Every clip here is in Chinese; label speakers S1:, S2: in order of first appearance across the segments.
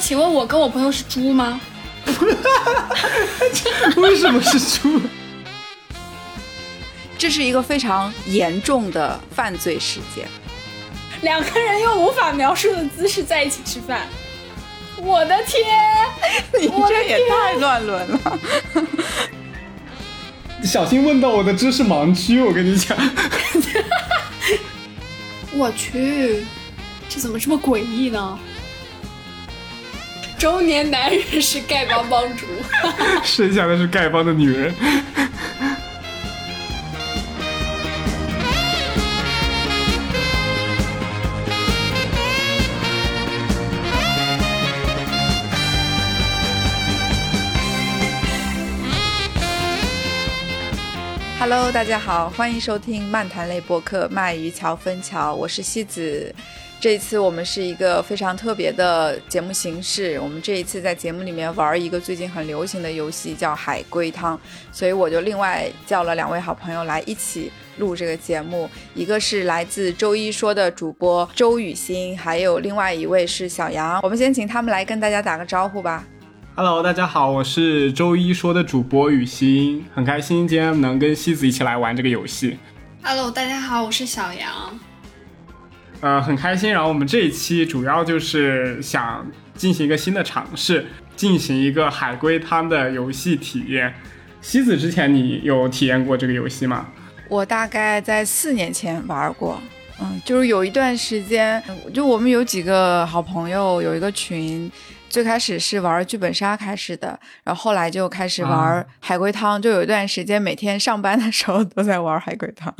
S1: 请问我跟我朋友是猪吗？
S2: 为什么是猪？
S3: 这是一个非常严重的犯罪事件。
S1: 两个人用无法描述的姿势在一起吃饭，我的天！
S3: 你这也太乱伦了。
S2: 小心问到我的知识盲区，我跟你讲，
S1: 我去，这怎么这么诡异呢？中年男人是丐帮帮主，
S2: 剩下的是丐帮的女人。
S3: Hello，大家好，欢迎收听漫谈类播客《卖鱼桥分桥》，我是西子。这一次我们是一个非常特别的节目形式，我们这一次在节目里面玩一个最近很流行的游戏，叫海龟汤，所以我就另外叫了两位好朋友来一起录这个节目，一个是来自周一说的主播周雨欣，还有另外一位是小杨。我们先请他们来跟大家打个招呼吧。
S2: Hello，大家好，我是周一说的主播雨欣，很开心今天能跟西子一起来玩这个游戏，
S1: Hello，大家好，我是小杨。
S2: 呃，很开心。然后我们这一期主要就是想进行一个新的尝试，进行一个海龟汤的游戏体验。西子之前你有体验过这个游戏吗？
S3: 我大概在四年前玩过，嗯，就是有一段时间，就我们有几个好朋友有一个群，最开始是玩剧本杀开始的，然后后来就开始玩
S2: 啊
S3: 海龟汤，就有一段时间每天上班的时候都在玩海龟汤。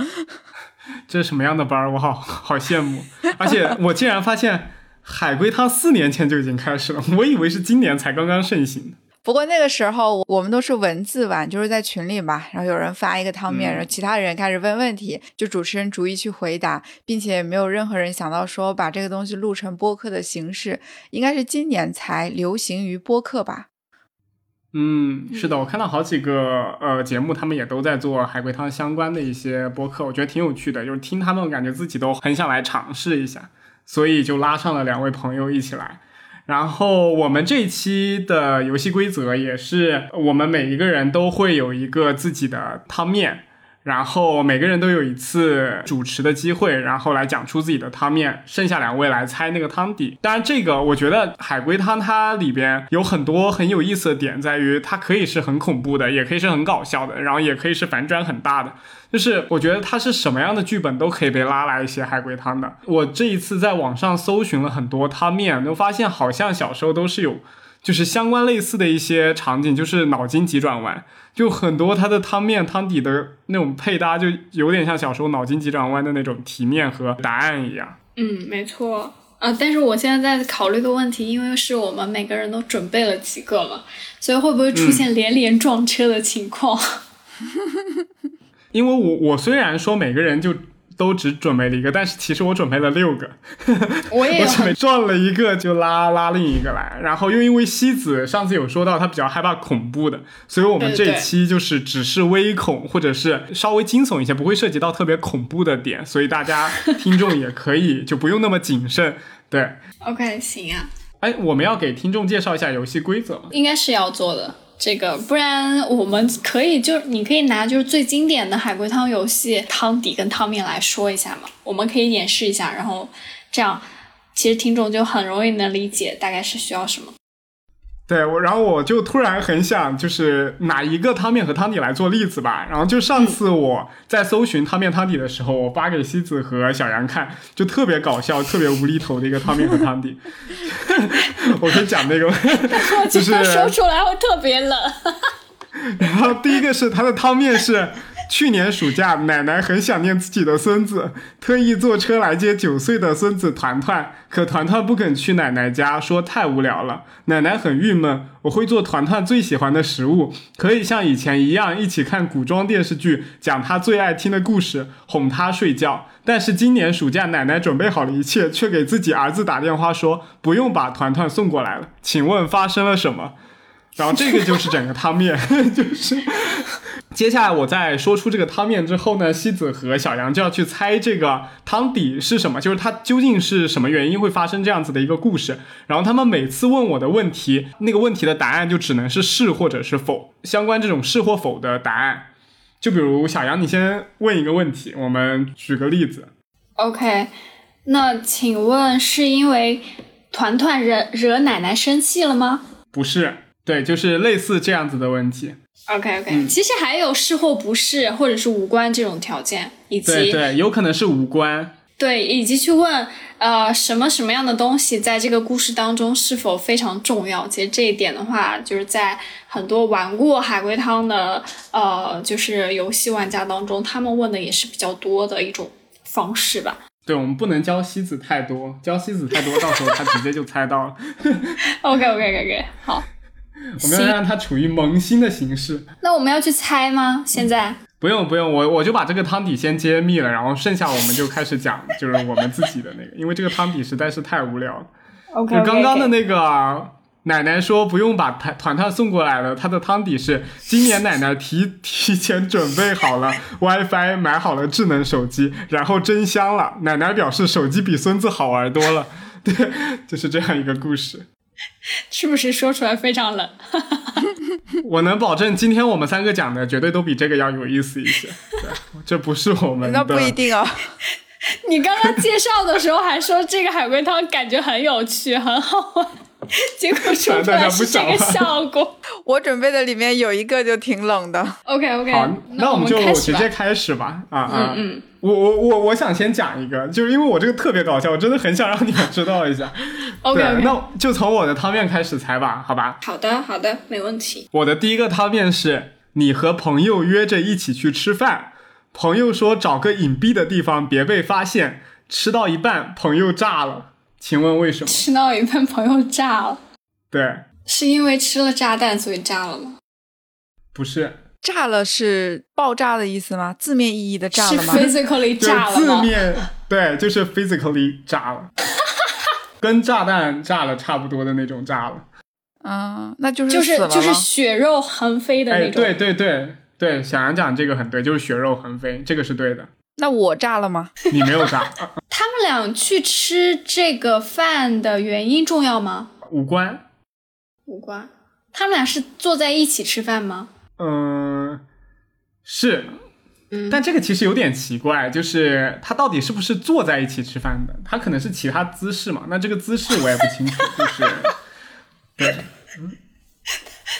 S2: 这是什么样的班儿？我好好羡慕。 而且我竟然发现海龟汤四年前就已经开始了，我以为是今年才刚刚盛行。
S3: 不过那个时候我们都是文字版，就是在群里嘛，然后有人发一个汤面，
S2: 嗯
S3: 然后其他人开始问问题，就主持人逐一去回答，并且没有任何人想到说把这个东西录成播客的形式，应该是今年才流行于播客吧。
S2: 嗯，是的，我看到好几个呃节目，他们也都在做海龟汤相关的一些播客，我觉得挺有趣的，就是听他们，我感觉自己都很想来尝试一下，所以就拉上了两位朋友一起来。然后我们这一期的游戏规则也是，我们每一个人都会有一个自己的汤面，然后每个人都有一次主持的机会，然后来讲出自己的汤面，剩下两位来猜那个汤底。当然，这个我觉得海龟汤它里边有很多很有意思的点，在于它可以是很恐怖的，也可以是很搞笑的，然后也可以是反转很大的。就是我觉得它是什么样的剧本都可以被拉来写海龟汤的。我这一次在网上搜寻了很多汤面，都发现好像小时候都是有。就是相关类似的一些场景，就是脑筋急转弯，就很多它的汤面汤底的那种配搭，就有点像小时候脑筋急转弯的那种题面和答案一样。
S1: 嗯，没错。啊、但是我现在在考虑个问题，因为是我们每个人都准备了几个嘛，所以会不会出现连连撞车的情况？
S2: 因为我我虽然说每个人就都只准备了一个，但是其实我准备了六个，
S1: 我也
S2: 我
S1: 有
S2: 准备撞了一个就拉拉另一个来，然后又因为西子上次有说到她比较害怕恐怖的，所以我们
S1: 对
S2: 这
S1: 对
S2: 一期就是只是微恐或者是稍微惊悚一些，不会涉及到特别恐怖的点，所以大家听众也可以就不用那么谨慎。对，
S1: OK，行啊，
S2: 哎，我们要给听众介绍一下游戏规则吗？
S1: 应该是要做的。这个，不然我们可以就你可以拿就是最经典的海龟汤游戏汤底跟汤面来说一下嘛，我们可以演示一下，然后这样其实听众就很容易能理解大概是需要什么。
S2: 对我，然后我就突然很想就是拿一个汤面和汤底来做例子吧。然后就上次我在搜寻汤面汤底的时候，我发给西子和小杨看，就特别搞笑、特别无厘头的一个汤面和汤底。 我可以讲那个，
S1: 我觉
S2: 就是
S1: 得说出来会特别冷。
S2: 然后第一个是他的汤面是。去年暑假，奶奶很想念自己的孙子，特意坐车来接九岁的孙子团团。可团团不肯去奶奶家，说太无聊了。奶奶很郁闷。我会做团团最喜欢的食物，可以像以前一样一起看古装电视剧，讲他最爱听的故事，哄他睡觉。但是今年暑假，奶奶准备好了一切，却给自己儿子打电话说不用把团团送过来了。请问发生了什么？然后这个就是整个汤面， 就是接下来我在说出这个汤面之后呢，西子和小杨就要去猜这个汤底是什么，就是它究竟是什么原因会发生这样子的一个故事。然后他们每次问我的问题，那个问题的答案就只能是是或者是否，相关这种是或否的答案。就比如小杨，你先问一个问题，我们举个例子。
S1: OK，那请问是因为团团惹惹奶奶生气了吗
S2: 不是，对，就是类似这样子的问题。
S1: ？OK OK，、其实还有是或不是，或者是无关这种条件，以及
S2: 对对，有可能是无关。
S1: 对以及去问呃什么什么样的东西在这个故事当中是否非常重要。其实这一点的话，就是在很多玩过海龟汤的呃就是游戏玩家当中，他们问的也是比较多的一种方式吧。
S2: 对，我们不能教西子太多，教西子太多，到时候他直接就猜到了。
S1: OK OK OK OK，好，
S2: 我们要让他处于萌新的形式。
S1: 那我们要去猜吗？现在？
S2: 不用不用，我我就把这个汤底先揭秘了，然后剩下我们就开始讲，就是我们自己的那个，因为这个汤底实在是太无聊了。
S1: OK，,
S2: 就刚刚的那个奶奶说不用把团团团送过来了，她的汤底是今年奶奶提提前准备好了 WiFi，买好了智能手机，然后真香了。奶奶表示手机比孙子好玩多了， 对，就是这样一个故事。
S1: 是不是说出来非常冷？
S2: 我能保证，今天我们三个讲的绝对都比这个要有意思 一些。对，这不是我们的。
S3: 那不一定哦。
S1: 你刚刚介绍的时候还说这个海龟汤感觉很有趣，很好玩，结果说出来是这个效果。
S3: 我准备的里面有一个就挺冷的，
S1: OK OK，
S2: 好，
S1: 那
S2: 我
S1: 们
S2: 们就
S1: 开始
S2: 直
S1: 吧
S2: 接。开始吧。啊啊，
S1: 嗯嗯
S2: 我我我我想先讲一个，就是因为我这个特别搞笑，我真的很想让你们知道一 下。
S1: ，OK
S2: 对
S1: OK，
S2: 那就从我的汤面开始猜吧，好吧？
S1: 好的好的，没问题。
S2: 我的第一个汤面是你和朋友约着一起去吃饭，朋友说找个隐蔽的地方，别被发现。吃到一半，朋友炸了，请问为什么？
S1: 吃到一半，朋友炸了，
S2: 对，
S1: 是因为吃了炸弹所以炸了吗？
S2: 不是，
S3: 炸了是爆炸的意思吗？字面意义的炸
S1: 是
S3: 了吗？
S1: physically
S2: 就是
S1: 炸了
S2: 字
S1: 吗？
S2: 面，对，就是 physically 炸 了，跟炸弹炸了差不多的那种炸了。
S3: 嗯，那就是
S1: 就是
S3: 死了
S1: 就是
S3: 吗
S1: 血肉横飞的
S2: 哎，
S1: 那种。
S2: 对对对对，小杨讲这个很对，就是血肉横飞，这个是对的。
S3: 那我炸了吗？
S2: 你没有 炸，啊
S1: 他们俩去吃这个饭的原因重要吗？
S2: 无关。
S1: 无关。他们俩是坐在一起吃饭吗？
S2: 嗯、是，
S1: 嗯
S2: 但这个其实有点奇怪，就是他到底是不是坐在一起吃饭的？他可能是其他姿势嘛？那这个姿势我也不清楚，就是，对，嗯，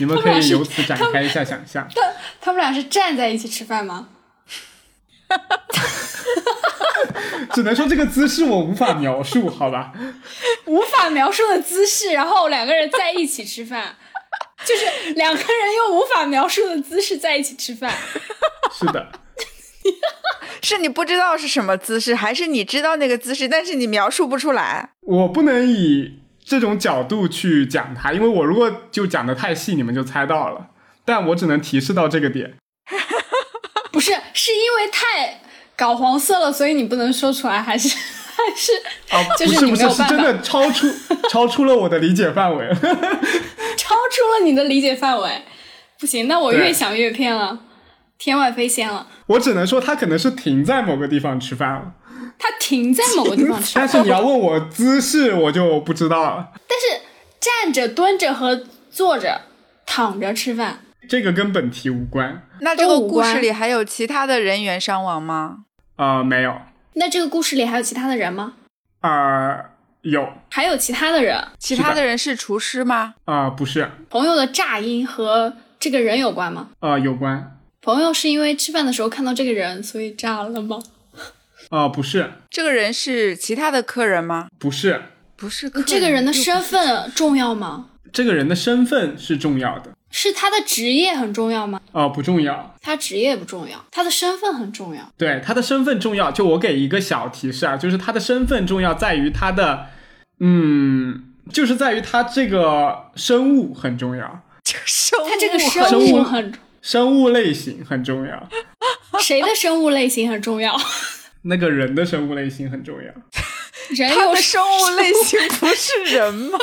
S2: 你们可以由此展开一下想象。
S1: 他们俩是站在一起吃饭吗？
S2: 只能说这个姿势我无法描述， 好吧？
S1: 无法描述的姿势，然后两个人在一起吃 饭，就是两个人用无法描述的姿势在一起吃饭。
S2: 是的，
S3: 是你不知道是什么姿势，还是你知道那个姿势，但是你描述不出来？
S2: 我不能以这种角度去讲它，因为我如果就讲的太细，你们就猜到了。但我只能提示到这个点，
S1: 不是，是因为太搞黄色了，所以你不能说出来，还是 还是、 就
S2: 不是
S1: 你
S2: 哦不
S1: 没
S2: 是，
S1: 有
S2: 是
S1: 办
S2: 真
S1: 法
S2: 的超出 超出了我的理解范围。
S1: 超出了你的理解范围。不行，那我
S2: 对
S1: 越想越偏了，天外飞仙了。
S2: 我只能说他可能是停在某个地方吃饭了，
S1: 他停在某个地方吃
S2: 但
S1: 饭，
S2: 是你要问我姿势，我就不知道了。
S1: 但是 站着、蹲着和坐着、躺着吃饭，
S2: 这个跟本题无关。
S3: 那这个
S1: 都无
S3: 故
S1: 关
S3: 事里还有其他的人员伤亡吗？
S2: 呃，没有，
S1: 那这个故事里还有其他的人吗？
S2: 呃，有，
S1: 还有其他的人，
S3: 其
S2: 是
S3: 他
S2: 的
S3: 的人是厨师吗？
S2: 啊、不是，
S1: 朋友的炸音和这个人有关吗？
S2: 呃，有关，
S1: 朋友是因为吃饭的时候看到这个人，所以炸了吗？
S2: 啊、不是，
S3: 这个人是其他的客人吗？
S2: 不是，
S3: 不是客人，
S1: 这个人的
S3: 就
S1: 身 份重要吗？
S2: 这个人的身份是重要的，
S1: 是他的职业很重要吗？
S2: 啊、不重要。
S1: 他职业不重要，他的身份很重要。
S2: 对，他的身份重要。就我给一个小提示啊，就是他的身份重要在于他的，嗯，就是在于他这个生物很重要，
S3: 生物
S1: 他这个
S2: 生
S1: 生
S2: 物
S1: 物很，
S2: 生物类型很重要，
S1: 谁的生物类型很重要？
S2: 那个人的生物类型很重要。
S1: 人
S3: 他
S1: 有
S3: 的生物类型不是人吗？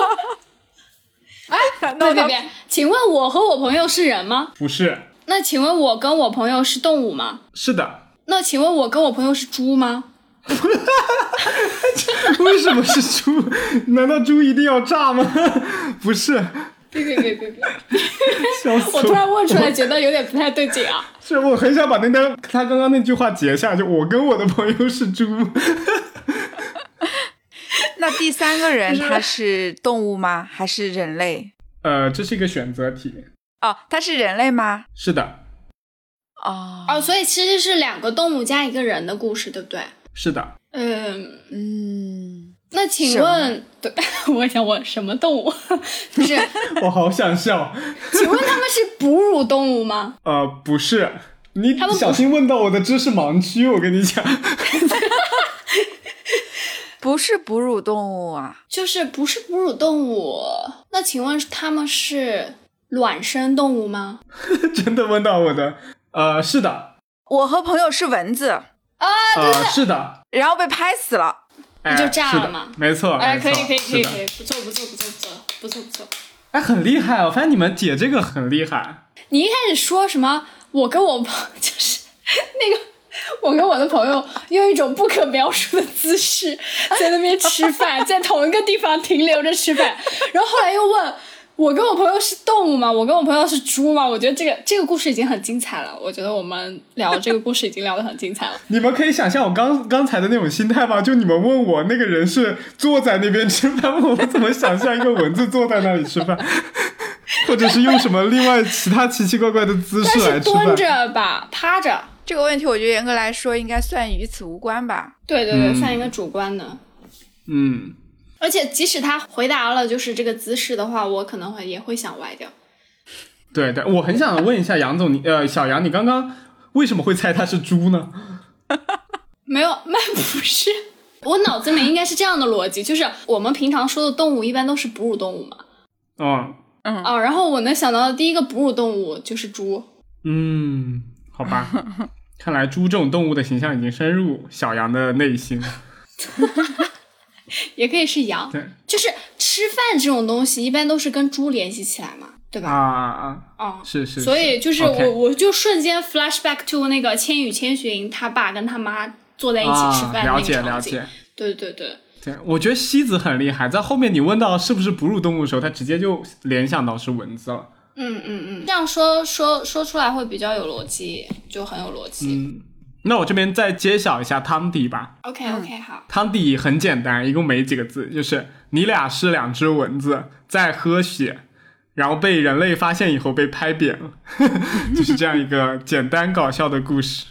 S1: 哎，别别别，请问我和我朋友是人吗？
S2: 不是，
S1: 那请问我跟我朋友是动物吗？
S2: 是的，
S1: 那请问我跟我朋友是猪吗？
S2: 为什么是猪？难道猪一定要炸吗？ 不是，
S1: 别别别别别！
S2: 笑死
S1: 我突然问出来，觉得有点不太对劲啊。
S2: 是我很想把那段他刚刚那句话截下，就我跟我的朋友是猪，
S3: 那第三个人他是动物吗？还是人类？
S2: 呃，这是一个选择题，
S3: 哦，他是人类吗？
S2: 是的，
S3: 哦，
S1: 哦，所以其实是两个动物加一个人的故事，对不对？
S2: 是的，
S1: 嗯，
S3: 嗯，
S1: 那请问，对， 我想问什么动物？不是，
S2: 我好想笑，
S1: 请问他们是哺乳动物吗？
S2: 呃，不是，你
S1: 他们不
S2: 小心问到我的知识盲区，我跟你讲，
S3: 不是哺乳动物啊，
S1: 就是不是哺乳动物？那请问他们是卵生动物吗？
S2: 真的问到我的，呃，是
S1: 啊
S2: 的，
S3: 我和朋友是蚊子，
S2: 呃，是的，
S3: 然后被拍死了。
S2: 哎，
S1: 就炸
S2: 是
S1: 了
S2: 的
S1: 嘛
S2: 没错，
S1: 哎，
S2: 没
S1: 可
S2: 错
S1: 以可以可以
S2: 是的
S1: 可以，不错不错不错不错不错不错。
S2: 哎，很厉害哦！发现你们姐这个很厉害，
S1: 你一开始说什么？我跟我朋 就是那个，我跟我的朋友用一种不可描述的姿势在那边吃饭，在同一个地方停留着吃饭，然后后来又问。我跟我朋友是动物吗？我跟我朋友是猪吗？我觉得这个这个故事已经很精彩了。我觉得我们聊这个故事已经聊得很精彩 了。
S2: 你们可以想象我刚刚才的那种心态吗？就你们问我那个人是坐在那边吃饭，我怎么想象一个蚊子坐在那里吃饭，或者是用什么另外其他奇奇怪怪的姿
S1: 但
S2: 势来
S1: 是
S2: 吃
S1: 蹲
S2: 饭？
S1: 着吧，趴着，
S3: 这个问题，我觉得严格来说应该算与此无关吧。
S1: 对对对，
S2: 嗯
S1: 算一个主观的。
S2: 嗯，
S1: 而且即使他回答了就是这个姿势的话，我可能会也会想歪掉。
S2: 对对，我很想问一下杨总，你呃，小杨，你刚刚为什么会猜它是猪呢？
S1: 没有，那不是。我脑子里面应该是这样的逻辑，就是我们平常说的动物一般都是哺乳动物嘛。
S2: 嗯
S1: 啊、然后我能想到的第一个哺乳动物就是猪。
S2: 嗯，好吧， 看来猪这种动物的形象已经深入小杨的内心。
S1: 也可以是羊
S2: 对，
S1: 就是吃饭这种东西一般都是跟猪联系起来嘛，对
S2: 啊
S1: 吧？
S2: 啊，啊
S1: 啊、
S2: 是是，
S1: 所以就是我
S2: OK
S1: 我就瞬间 flashback to 那个《千与千寻》，他爸跟他妈坐在一起吃饭的
S2: 啊、
S1: 那
S2: 了
S1: 个
S2: 解了
S1: 场景。
S2: 解。
S1: 对对对，
S2: 对，我觉得西子很厉害，在后面你问到是不是哺乳动物的时候，他直接就联想到是蚊子了。
S1: 嗯嗯嗯，这样说说说出来会比较有逻辑，就很有逻辑。
S2: 嗯，那我这边再揭晓一下汤底吧。
S1: OK OK，好。
S2: 汤底很简单，一共没几个字，就是你俩是两只蚊子在喝血，然后被人类发现以后被拍扁了， 就是这样一个简单搞笑的故事。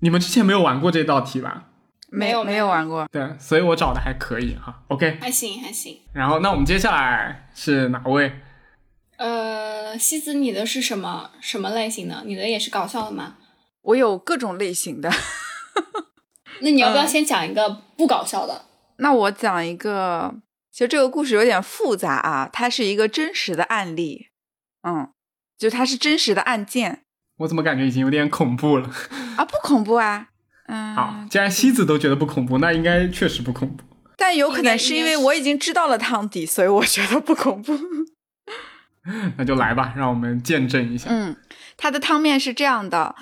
S2: 你们之前没有玩过这道题吧？
S1: 没有
S3: 没有玩过，
S2: 对，所以我找的还可以哈。OK，
S1: 还行还行。
S2: 然后那我们接下来是哪位？
S1: 呃，西子，你的是什么什么类型的？你的也是搞笑的吗？
S3: 我有各种类型的。
S1: 那你要不要
S2: 呃
S3: 嗯
S1: 先讲一个不搞笑的？
S3: 那我讲一个，其实这个故事有点复杂啊，它是一个真实的案例，嗯，就它是真实的案件
S2: 我怎么感觉已经有点恐怖了？
S3: 啊，不恐怖啊，嗯，
S2: 好，既然西子都觉得不恐怖，那应该确实不恐怖。
S3: 但有可
S1: 应该
S3: 能是
S1: 应
S3: 因
S1: 该
S3: 为
S1: 是
S3: 我已经知道了汤底，所以我觉得不恐怖。
S2: 那就来吧，让我们见证一下。
S3: 嗯，它的汤面是这样的：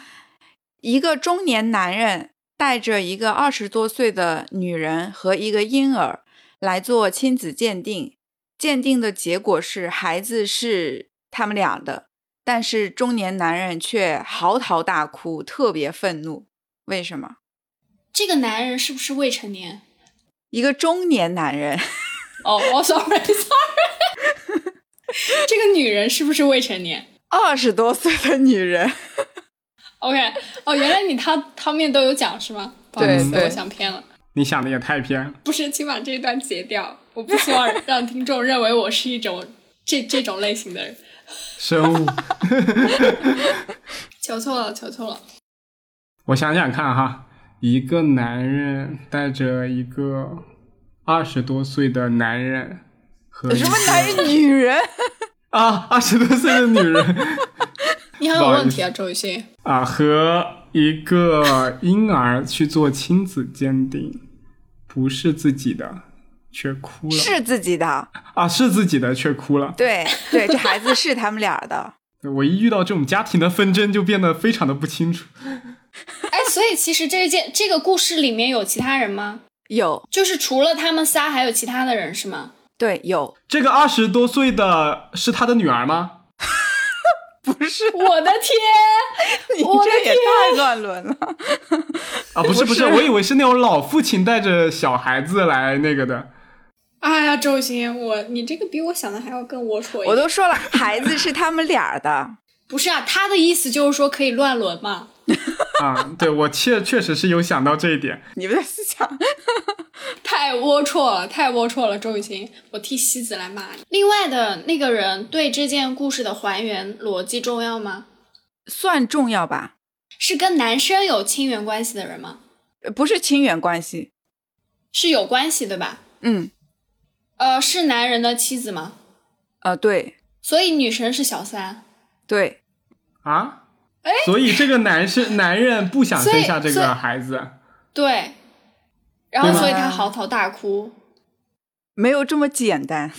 S3: 一个中年男人带着一个二十多岁的女人和一个婴儿来做亲子鉴定，鉴定的结果是孩子是他们俩的，但是中年男人却嚎啕大哭，特别愤怒。为什么？
S1: 这个男人是不是未成年？
S3: 一个中年男人，
S1: 哦，我 sorry sorry。这个女人是不是未成年
S3: 二十多岁的女人，
S1: ？OK，哦，原来你汤汤面都有讲是吗？不好意
S3: 对
S1: 思，
S3: 对
S1: 我想偏了。
S2: 你想的也太偏了。
S1: 不是，请把这一段截掉。我不希望让听众认为我是一种这这种类型的人。
S2: 生物，
S1: 求错了，求错了。
S2: 我想想看哈，一个男人带着一个二十多岁的男人和
S3: 有
S2: 一
S3: 什
S2: 个
S3: 么男人、女人？
S2: 啊二十多岁的女人
S1: 你很
S2: 不
S1: 有
S2: 好意
S1: 问题啊，周雨欣。
S2: 啊和一个婴儿去做亲子鉴定，不是自己的，却哭了。
S3: 是自己的，
S2: 啊，是自己的却哭了。
S3: 对对，这孩子是他们俩的，
S2: 对我一遇到这种家庭的纷争，就变得非常的不清楚。
S1: 哎，所以其实这件这个故事里面有其他人吗？
S3: 有
S1: 就是除了他们仨，还有其他的人是吗？
S3: 对有，
S2: 这个二十多岁的是他的女儿吗？
S3: 不是
S1: 我的天，
S3: 你
S1: 我的
S3: 这也太乱伦了，
S2: 啊，不是不是，我以为是那种老父亲带着小孩子来那个的。
S1: 哎呀，周鑫，我你这个比我想的还要更龌龊一点。
S3: 我都说了，孩子是他们俩的，
S1: 不是啊，他的意思就是说可以乱伦嘛。
S2: 啊，对我确确实是有想到这一点，
S3: 你们的思想
S1: 太龌龊了，太龌龊了，周雨欣，我替西子来骂你。另外的那个人对这件故事的还原逻辑重要吗？
S3: 算重要吧？
S1: 是跟男生有亲缘关系的人吗？
S3: 呃不是亲缘关系，
S1: 是有关系对吧？
S3: 嗯
S1: 呃，是男人的妻子吗？
S3: 呃，对
S1: 所以女神是小三，
S3: 对，
S2: 啊，所以这个男生男人不想生下这
S1: 哎所以所
S2: 个
S1: 以
S2: 孩子，
S1: 对。然
S2: 对
S1: 后，
S2: 吗
S1: 所以他嚎啕大哭。
S3: 没有这么简单。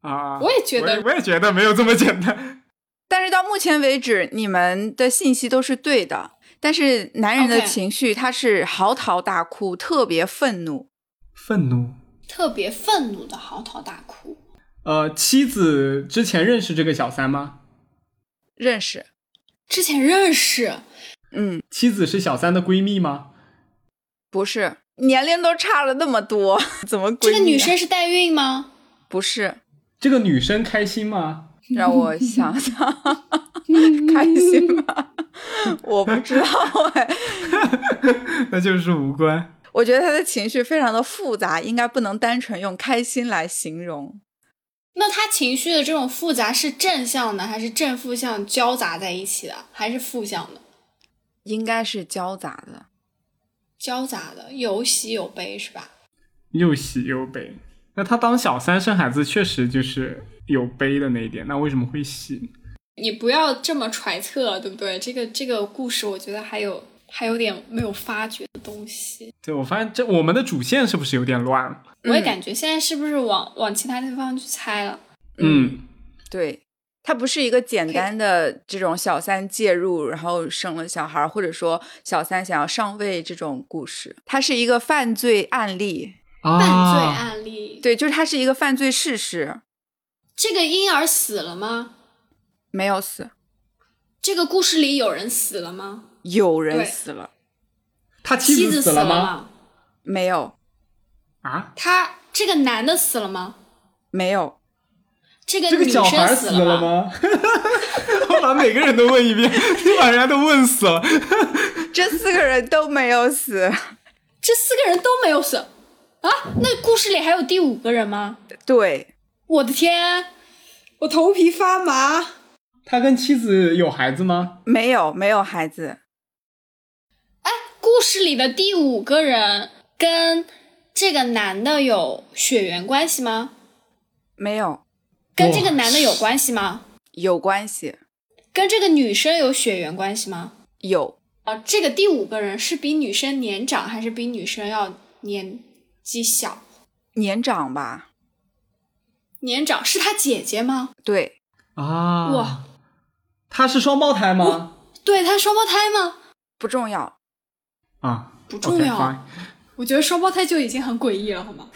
S2: 啊，
S1: 我也觉得
S2: 我我也觉得没有这么简单。
S3: 但是到目前为止，你们的信息都是对的。但是男人的
S1: OK
S3: 情绪，他是嚎啕大哭，特别愤怒。
S2: 愤怒。
S1: 特别愤怒的嚎啕大哭。
S2: 呃，妻子之前认识这个小三吗？
S3: 认识，
S1: 之前认识，
S3: 嗯，
S2: 妻子是小三的闺蜜吗？
S3: 不是，年龄都差了那么多， 怎么、啊
S1: 这个女生是代孕吗？
S3: 不是？
S2: 这个女生开心吗？
S3: 让我想想， 开心 吧？我不知道哎，
S2: 那就是无关。
S3: 我觉得他的情绪非常的复杂，应该不能单纯用开心来形容。
S1: 那她情绪的这种复杂是正向的，还是正负向交杂在一起的，还是负向的？
S3: 应该是交杂的，
S1: 交杂的，有喜有悲是吧？
S2: 又喜又悲。那她当小三生孩子，确实就是有悲的那一点。那为什么会喜？
S1: 你不要这么揣测，对不对？这个这个故事，我觉得还有还有点没有发掘的东西。
S2: 对我发现这我们的主线是不是有点乱了？
S1: 我也感
S3: 嗯
S1: 觉现在是不是往往其他地方去猜了？
S2: 嗯，
S3: 对，它不是一个简单的这种小三介入，然后生了小孩儿，或者说小三想要上位这种故事，它是一个犯罪案例。
S2: 啊，
S1: 嗯犯罪案例，
S3: 对，就是它是一个犯罪事实，
S1: 这个婴儿死了吗？
S3: 没有死，
S1: 这个故事里有人死了吗？
S3: 有人
S1: 对
S3: 死了，
S2: 他
S1: 妻
S2: 妻
S1: 子
S2: 死
S1: 了
S2: 吗？
S1: 吗？
S3: 没有，
S2: 啊，
S1: 他这个男的死了吗？
S3: 没有，
S1: 这个
S2: 这个
S1: 女
S2: 小
S1: 生
S2: 孩
S1: 死
S2: 了
S1: 吗？
S2: 吗？ 我把每个人都问一遍， 你把人家都问死了。
S3: 这四个人都没有 死。
S1: 这四个人都没有死啊？那故事里还有第五个人吗？
S3: 对，
S1: 我的天，我头皮发麻。
S2: 他跟妻子有孩子吗？
S3: 没有，没有孩子，
S1: 故事里的第五个人跟这个男的有血缘关系吗？
S3: 没有，
S1: 跟这个男的有关系吗？
S3: 有关系，
S1: 跟这个女生有血缘关系吗？
S3: 有，
S1: 啊，这个第五个人是比女生年长还是比女生要年纪小？
S3: 年长吧？
S1: 年长是他姐姐吗？
S3: 对，
S2: 啊，
S1: 哇，
S2: 他是双胞胎吗？
S1: 对他双胞胎吗？
S3: 不重要。
S2: 啊，
S1: 不重要
S2: OK，fine
S1: 我觉得双胞胎就已经很诡异了，好吗？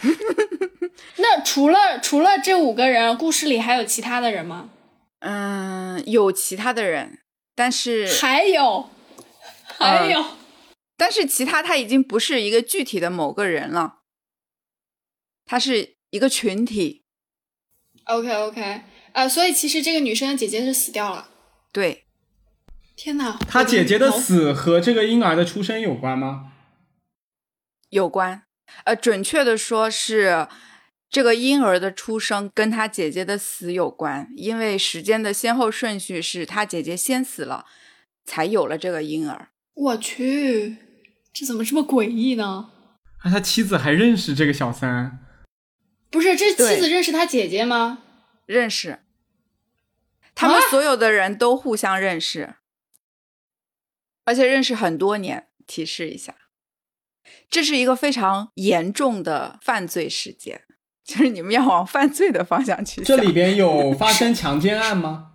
S1: 那除了除了这五个人，故事里还有其他的人吗？
S3: 嗯，有其他的人，但是
S1: 还有，
S2: 呃
S1: 还有，
S3: 但是其他他已经不是一个具体的某个人了，他是一个群体。
S1: OK OK，呃，所以其实这个女生的姐姐是死掉了。
S3: 对，
S1: 天哪！
S2: 他姐姐的
S1: 我脑
S2: 死和这个婴儿的出生有关吗？
S3: 有关。呃，准确的说是这个婴儿的出生跟他姐姐的死有关，因为时间的先后顺序是他姐姐先死了，才有了这个婴儿。
S1: 我去，这怎么这么诡异呢？
S2: 啊，他妻子还认识这个小三，
S1: 不是，这
S3: 对
S1: 妻子认识他姐姐吗？
S3: 认识，他们
S1: 啊
S3: 所有的人都互相认识，而且认识很多年。提示一下，这是一个非常严重的犯罪事件，就是你们要往犯罪的方向去想。
S2: 这里边有发生强奸案吗？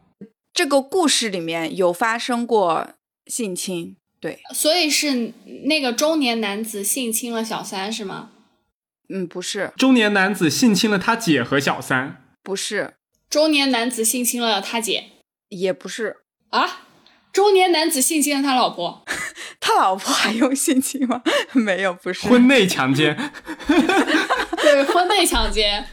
S3: 这个故事里面有发生过性侵，对，
S1: 所以是那个中年男子性侵了小三是吗？
S3: 嗯，不是，
S2: 中年男子性侵了他姐和小三，
S3: 不是，
S1: 中年男子性侵了他姐
S3: 也不是，
S1: 啊，中年男子性侵了他老婆，
S3: 他老婆还用性侵吗？ 没有，不是，
S2: 婚内强 奸。
S1: 对，婚内强奸。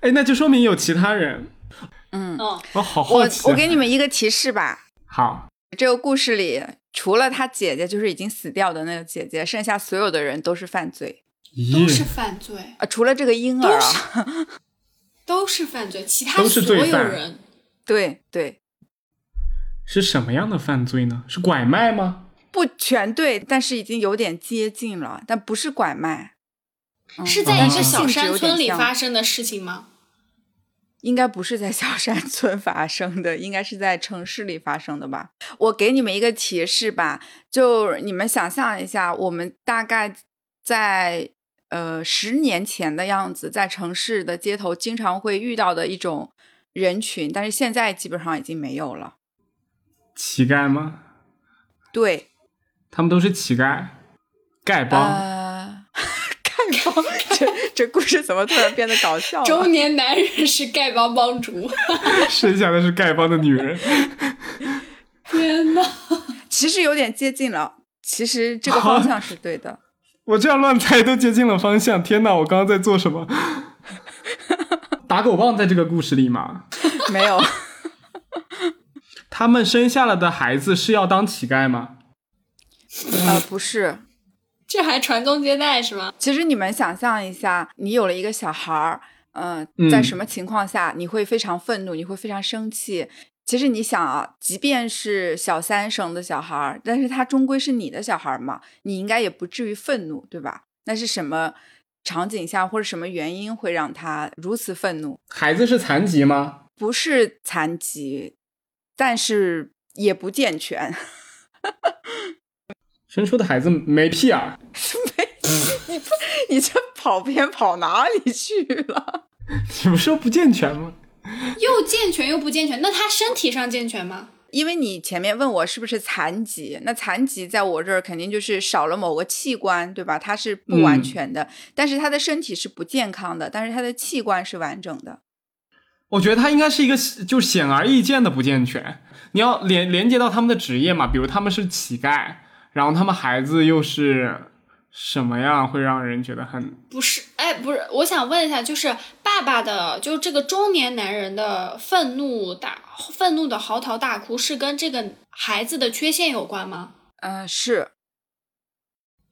S2: 哎，那就说明有其他人。
S3: 嗯，
S1: 嗯，
S2: 我好
S3: 我
S2: 好奇啊。
S3: 我给你们一个提示吧，
S2: 好，
S3: 这个故事里除了他姐姐，就是已经死掉的那个姐姐，剩下所有的人都是犯罪
S1: 都是
S2: 咦，
S1: 犯罪，
S3: 啊、除了这个婴儿啊，
S1: 都是犯罪，其他
S2: 都是
S1: 所
S2: 罪
S1: 有
S2: 犯
S1: 人
S3: 对对，
S2: 是什么样的犯罪呢？是拐卖吗？
S3: 不全对，但是已经有点接近了，但不是拐卖，嗯
S1: 是在一个
S2: 啊
S1: 小山村里，
S3: 但是性质有点像
S1: 发生的事情吗？
S3: 应该不是在小山村发生的，应该是在城市里发生的吧？我给你们一个提示吧，就你们想象一下，我们大概在呃十年前的样子，在城市的街头经常会遇到的一种人群，但是现在基本上已经没有了。
S2: 乞丐吗？
S3: 对，
S2: 他们都是乞丐，丐帮。
S3: 呃， 丐帮，这这故事怎么突然变得搞笑
S1: 中
S3: 了？
S1: 年男人是丐帮帮主，
S2: 剩下的是丐帮的女人。
S1: 天呐，
S3: 其实有点接近了，其实这个方向是对的。
S2: 我这样乱猜都接近了方向。天哪，我刚刚在做什么？ 打狗棒在这个故事里嘛，
S3: 没有，呃
S2: 他们生下了的孩子是要当乞丐吗？
S3: 呃，不是。
S1: 这还传宗接代是吗？
S3: 其实你们想象一下，你有了一个小孩儿，嗯、
S2: 嗯
S3: 在什么情况下你会非常愤怒，你会非常生气？其实你想啊，即便是小三生的小孩儿，但是他终归是你的小孩儿嘛，你应该也不至于愤怒，对吧？那是什么场景下或者什么原因会让他如此愤怒？
S2: 孩子是残疾吗？
S3: 不是残疾，但是也不健全。
S2: 生出的孩子没屁眼儿，
S3: 你这跑偏跑哪里去了？
S2: 你不是说不健全吗？
S1: 又健全又不健全，那他身体上健全吗？
S3: 因为你前面问我是不是残疾，那残疾在我这儿肯定就是少了某个器官，对吧？它是不完全的，但是他的身体是不健康的，但是他的器官是完整的。
S2: 我觉得他应该是一个就显而易见的不健全。你要连连接到他们的职业嘛，比如他们是乞丐，然后他们孩子又是什么样，会让人觉得很
S1: 不是，哎，不是，我想问一下，就是爸爸的，就这个中年男人的愤怒大愤怒的嚎啕大哭，是跟这个孩子的缺陷有关吗？
S3: 嗯、是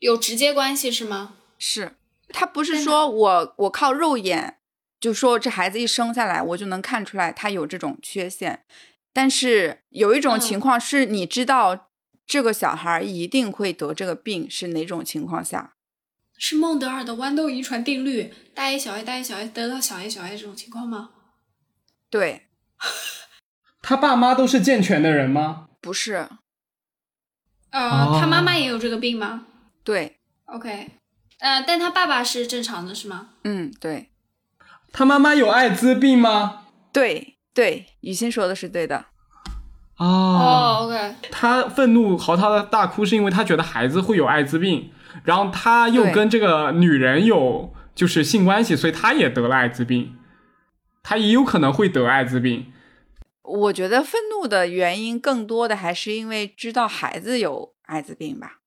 S1: 有直接关系是吗？
S3: 是，他不是说我我靠肉眼就说这孩子一生下来我就能看出来他有这种缺陷，但是有一种
S1: 嗯
S3: 情况是你知道这个小孩一定会得这个病，是哪种情况下？
S1: 是孟德尔的豌豆遗传定律，大 A 小 A 大 A 小 A 得到小 A 小 A 这种情况吗？
S3: 对，
S2: 他爸妈都是健全的人吗？
S3: 不是，
S1: 呃，
S2: 哦
S1: 他妈妈也有这个病吗
S3: 对，
S1: ？OK，呃，但他爸爸是正常的，是吗？
S3: 嗯，对，
S2: 他妈妈有艾滋病吗？
S3: 对，对，雨欣说的是对的，
S2: 啊、
S1: 哦、o k
S2: 他愤怒嚎啕大哭是因为他觉得孩子会有艾滋病，然后他又
S3: 对
S2: 跟这个女人有就是性关系，所以他也得了艾滋病，他也有可能会得艾滋病。
S3: 我觉得愤怒的原因更多的还是因为知道孩子有艾滋病吧。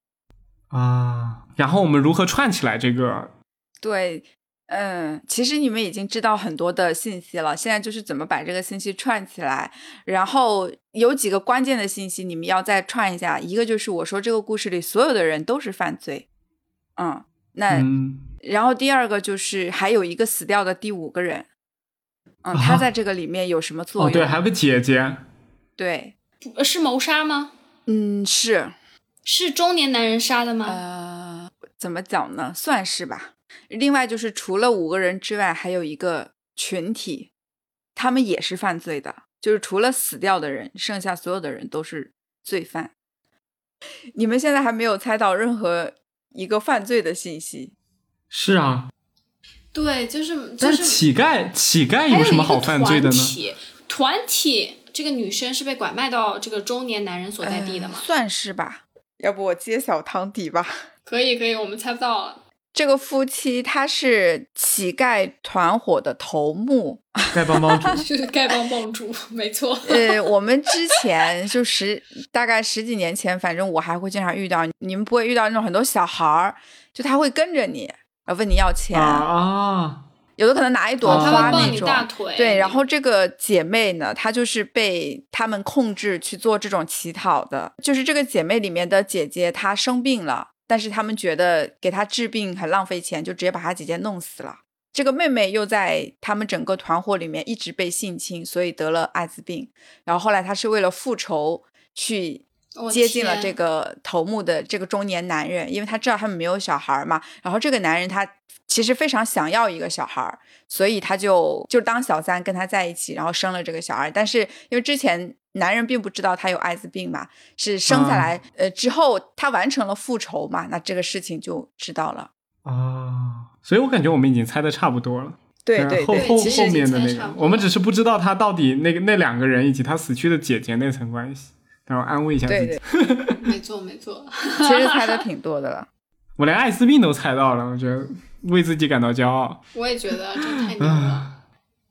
S2: 啊，然后我们如何串起来这个？
S3: 对，嗯，其实你们已经知道很多的信息了，现在就是怎么把这个信息串起来，然后有几个关键的信息你们要再串一下，一个就是我说这个故事里所有的人都是犯罪，嗯，
S1: 哎
S3: 那
S2: 嗯，
S3: 然后第二个就是还有一个死掉的第五个人，嗯，
S2: 啊
S3: 他在这个里面有什么作
S2: 哦
S3: 用？
S2: 对，还有个姐姐，
S3: 对，
S1: 不是谋杀吗？
S3: 嗯，是，
S1: 是中年男人杀的吗？
S3: 呃，怎么讲呢？算是吧。另外就是除了五个人之外，还有一个群体，他们也是犯罪的，就是除了死掉的人，剩下所有的人都是罪犯。你们现在还没有猜到任何一个犯罪的信息。
S2: 是啊，
S1: 对，就是就
S2: 但
S1: 是
S2: 乞丐乞丐有什么好犯罪的呢？
S1: 还有一个团体，团体这个女生是被拐卖到这个中年男人所在地的吗？
S3: 呃算是吧。要不我揭晓汤底吧。
S1: 可以，可以，我们猜不到了。
S3: 这个夫妻他是乞丐团伙的头目。
S2: 丐帮 帮主
S1: 就是丐帮帮主，没错。
S3: 呃，我们之前就十大概十几年前，反正我还会经常遇到，你们不会遇到那种很多小孩儿，就他会跟着你，然后问你要钱，
S2: 啊啊！
S3: 有的可能拿一朵
S2: 哦
S3: 花
S1: 哦他会抱
S3: 那
S1: 你
S3: 种。
S1: 大腿，
S3: 对，然后这个姐妹呢，她就是被他们控制去做这种乞讨的。就是这个姐妹里面的姐姐，她生病了，但是他们觉得给她治病很浪费钱，就直接把她姐姐弄死了。这个妹妹又在他们整个团伙里面一直被性侵，所以得了艾滋病。然后后来她是为了复仇去
S1: 我
S3: 接近了
S1: 天
S3: 这个头目的这个中年男人，因为他知道他们没有小孩儿嘛。然后这个男人他其实非常想要一个小孩儿，所以他就就当小三跟他在一起，然后生了这个小孩。但是因为之前男人并不知道他有艾滋病嘛，是生
S2: 嗯
S3: 下来、呃之后他完成了复仇嘛，那这个事情就知道了。
S2: 啊，所以我感觉我们已经猜的差不多了。
S3: 对
S2: 嗯
S3: 对
S2: 后
S3: 对，
S2: 后
S1: 其实
S2: 后面的
S1: 已经
S2: 那
S1: 猜差
S2: 个
S1: 不，多了
S2: 我们只是不知道他到底那个那两个人以及他死去的姐姐那层关系，然后安慰一下自己。
S3: 对对
S1: 没错没错，
S3: 其实猜的挺多的了。
S2: 我连艾滋病都猜到了，我觉得为自己感到骄傲。
S1: 我也觉得这太牛
S2: 嗯
S1: 了。